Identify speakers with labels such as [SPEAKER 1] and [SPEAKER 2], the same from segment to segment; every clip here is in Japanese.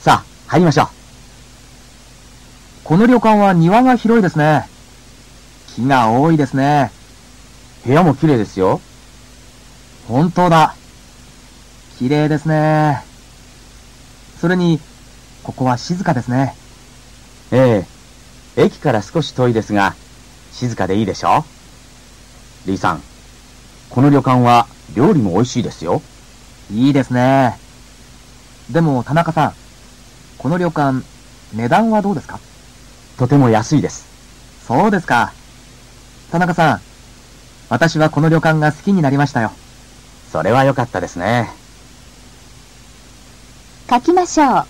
[SPEAKER 1] さあ、入りましょう。この旅館は庭が広いですね。木が多いですね。部屋も綺麗ですよ。本当だ。綺麗ですね。それに、ここは静かですね。
[SPEAKER 2] ええ。駅から少し遠いですが、静かでいいでしょう。リーさん、この旅館は料理も美味しいですよ。
[SPEAKER 1] いいですね。でも、田中さん、この旅館、値段はどうですか
[SPEAKER 2] とても安いです。
[SPEAKER 1] そうですか。田中さん、私はこの旅館が好きになりましたよ。
[SPEAKER 2] それは良かったですね。
[SPEAKER 3] 書きましょう。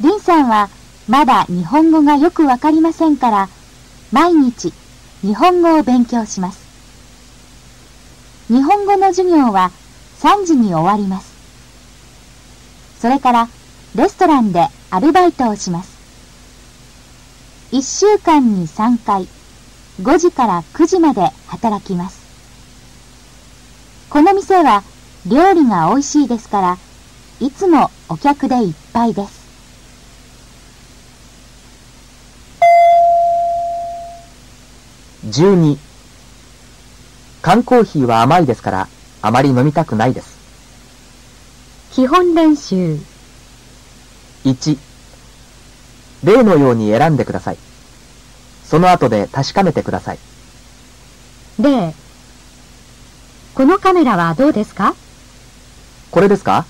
[SPEAKER 3] リンさんはまだ日本語がよくわかりませんから、毎日日本語を勉強します。日本語の授業は3時に終わります。それからレストランでアルバイトをします。1週間に3回、5時から9時まで働きます。この店は料理が美味しいですから、いつもお客でいっぱいです。
[SPEAKER 1] 12缶コーヒーは甘いですから、あまり飲みたくないです。
[SPEAKER 3] 基本練習
[SPEAKER 1] 1例のように選んでください。その後で確かめてください。
[SPEAKER 3] 例このカメラはどうですか
[SPEAKER 1] これですか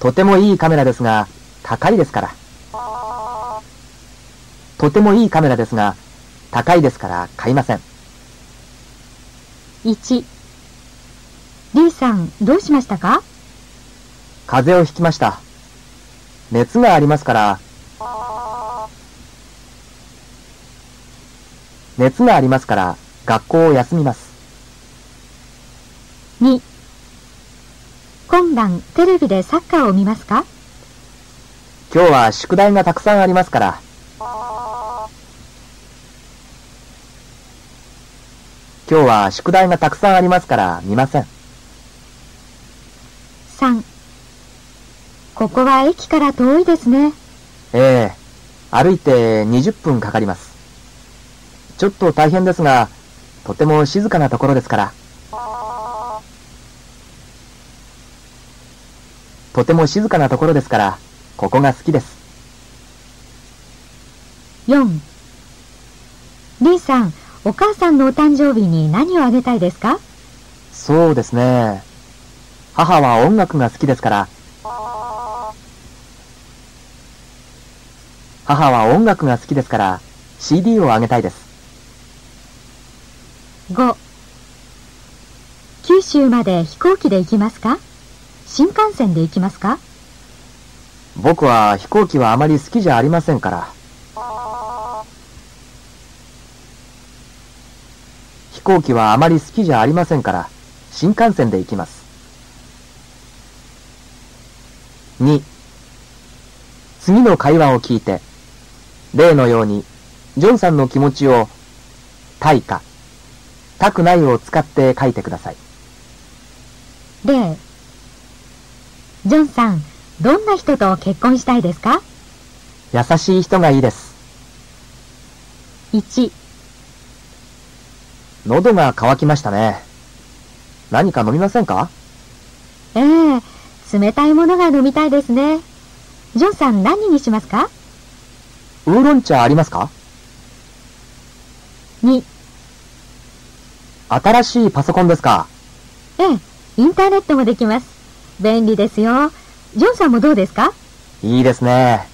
[SPEAKER 1] とてもいいカメラですが、高いですから。とてもいいカメラですが、高いですから買いません。
[SPEAKER 3] 1リーさん、どうしましたか
[SPEAKER 1] 風邪をひきました。熱がありますから、熱がありますから学校を休みます。
[SPEAKER 3] 2今晩テレビでサッカーを見ますか
[SPEAKER 1] 今日は宿題がたくさんありますから。今日は宿題がたくさんありますから見ません。
[SPEAKER 3] 3ここは駅から遠いですね。
[SPEAKER 1] ええ歩いて20分かかります。ちょっと大変ですが、とても静かなところですから。とても静かなところですから、ここが好きです。
[SPEAKER 3] 4リーさん、お母さんのお誕生日に何をあげたいですか
[SPEAKER 1] そうですね。母は音楽が好きですから、母は音楽が好きですから、CD をあげたいです。
[SPEAKER 3] 5九州まで飛行機で行きますか新幹線で行きますか
[SPEAKER 1] 僕は飛行機はあまり好きじゃありませんから。飛行機はあまり好きじゃありませんから、新幹線で行きます。2次の会話を聞いて、例のように、ジョンさんの気持ちを、対価、たくないを使って書いてください。
[SPEAKER 3] 例、ジョンさん、どんな人と結婚したいですか
[SPEAKER 1] 優しい人がいいです。
[SPEAKER 3] 1、
[SPEAKER 1] 喉が渇きましたね。何か飲みませんか
[SPEAKER 3] ええ冷たいものが飲みたいですね。ジョンさん何にしますか
[SPEAKER 1] ウーロン茶ありますか
[SPEAKER 3] ?2、
[SPEAKER 1] 新しいパソコンですか
[SPEAKER 3] ええ、インターネットもできます。便利ですよ。ジョンさんもどうですか
[SPEAKER 1] いいですね。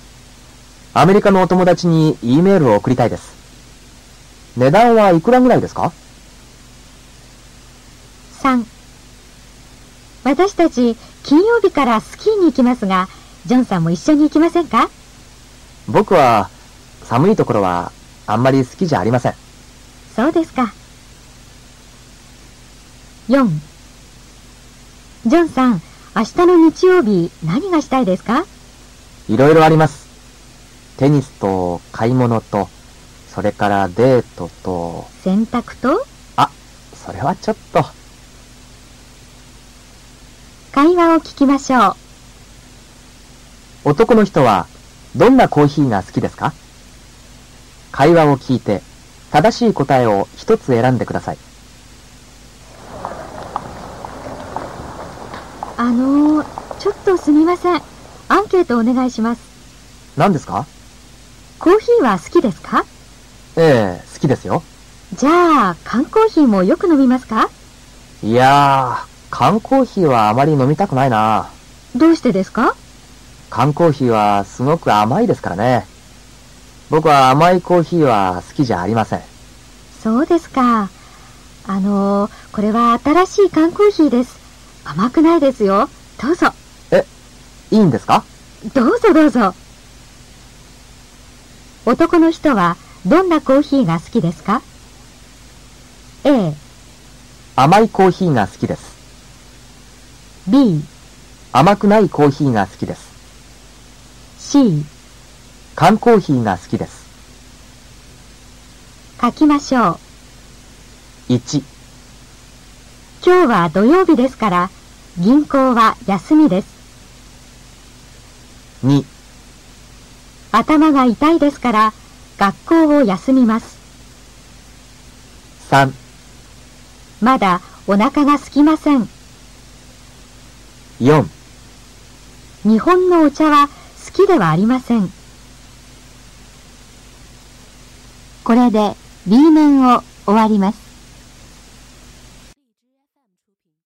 [SPEAKER 1] アメリカのお友達に E メールを送りたいです。値段はいくらぐらいですか
[SPEAKER 3] ?3、私たち金曜日からスキーに行きますが、ジョンさんも一緒に行きませんか
[SPEAKER 1] 僕は寒いところはあんまり好きじゃありません。
[SPEAKER 3] そうですか。4ジョンさん、明日の日曜日何がしたいですか
[SPEAKER 1] いろいろあります。テニスと買い物と、それからデートと、
[SPEAKER 3] 洗濯と
[SPEAKER 1] あ、それはちょっと。
[SPEAKER 3] 会話を聞きましょう。
[SPEAKER 1] 男の人はどんなコーヒーが好きですか会話を聞いて正しい答えを一つ選んでください。
[SPEAKER 3] あのー、ちょっとすみません。アンケートお願いします。
[SPEAKER 1] 何ですか
[SPEAKER 3] コーヒーは好きですか
[SPEAKER 1] ええ好きですよ。
[SPEAKER 3] じゃあ、缶コーヒーもよく飲みますか
[SPEAKER 1] いやー、缶コーヒーはあまり飲みたくないな。
[SPEAKER 3] どうしてですか
[SPEAKER 1] 缶コーヒーはすごく甘いですからね。僕は甘いコーヒーは好きじゃありません。
[SPEAKER 3] そうですか。あのー、これは新しい缶コーヒーです。甘くないですよ。どうぞ。
[SPEAKER 1] え、いいんですか
[SPEAKER 3] どうぞどうぞ。男の人はどんなコーヒーが好きですか ?A、
[SPEAKER 1] 甘いコーヒーが好きです。
[SPEAKER 3] B、
[SPEAKER 1] 甘くないコーヒーが好きです。
[SPEAKER 3] C、
[SPEAKER 1] 缶コーヒーが好きです。
[SPEAKER 3] 書きましょ
[SPEAKER 1] う。1、
[SPEAKER 3] 今日は土曜日ですから、銀行は休みです。
[SPEAKER 1] 2、
[SPEAKER 3] 頭が痛いですから、学校を休みます。
[SPEAKER 1] 3、
[SPEAKER 3] まだお腹が空きません。
[SPEAKER 1] 4
[SPEAKER 3] 日本のお茶は好きではありません。これで B 面を終わります。